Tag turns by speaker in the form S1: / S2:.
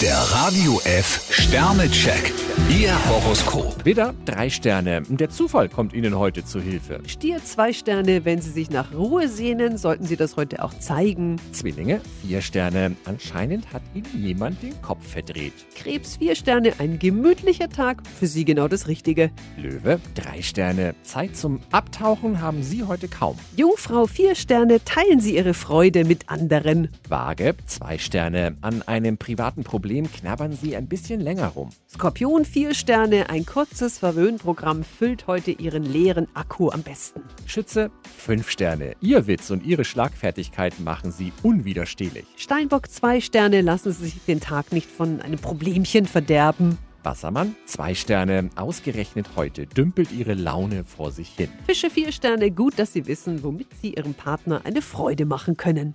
S1: Der Radio F Sternecheck. Ihr Horoskop.
S2: Widder, drei Sterne. Der Zufall kommt Ihnen heute zu Hilfe.
S3: Stier zwei Sterne, wenn Sie sich nach Ruhe sehnen, sollten Sie das heute auch zeigen.
S2: Zwillinge, vier Sterne. Anscheinend hat Ihnen jemand den Kopf verdreht.
S3: Krebs vier Sterne, ein gemütlicher Tag, für Sie genau das Richtige.
S2: Löwe, drei Sterne. Zeit zum Abtauchen haben Sie heute kaum.
S3: Jungfrau vier Sterne, teilen Sie Ihre Freude mit anderen.
S2: Waage, zwei Sterne. An einem privaten Problem knabbern Sie ein bisschen länger rum.
S3: Skorpion vier Sterne, ein kurzes Verwöhnprogramm füllt heute Ihren leeren Akku am besten.
S2: Schütze, fünf Sterne. Ihr Witz und Ihre Schlagfertigkeit machen Sie unwiderstehlich.
S3: Steinbock zwei Sterne, lassen Sie sich den Tag nicht von einem Problemchen verderben.
S2: Wassermann, zwei Sterne. Ausgerechnet heute dümpelt Ihre Laune vor sich hin.
S3: Fische vier Sterne, gut, dass Sie wissen, womit Sie Ihrem Partner eine Freude machen können.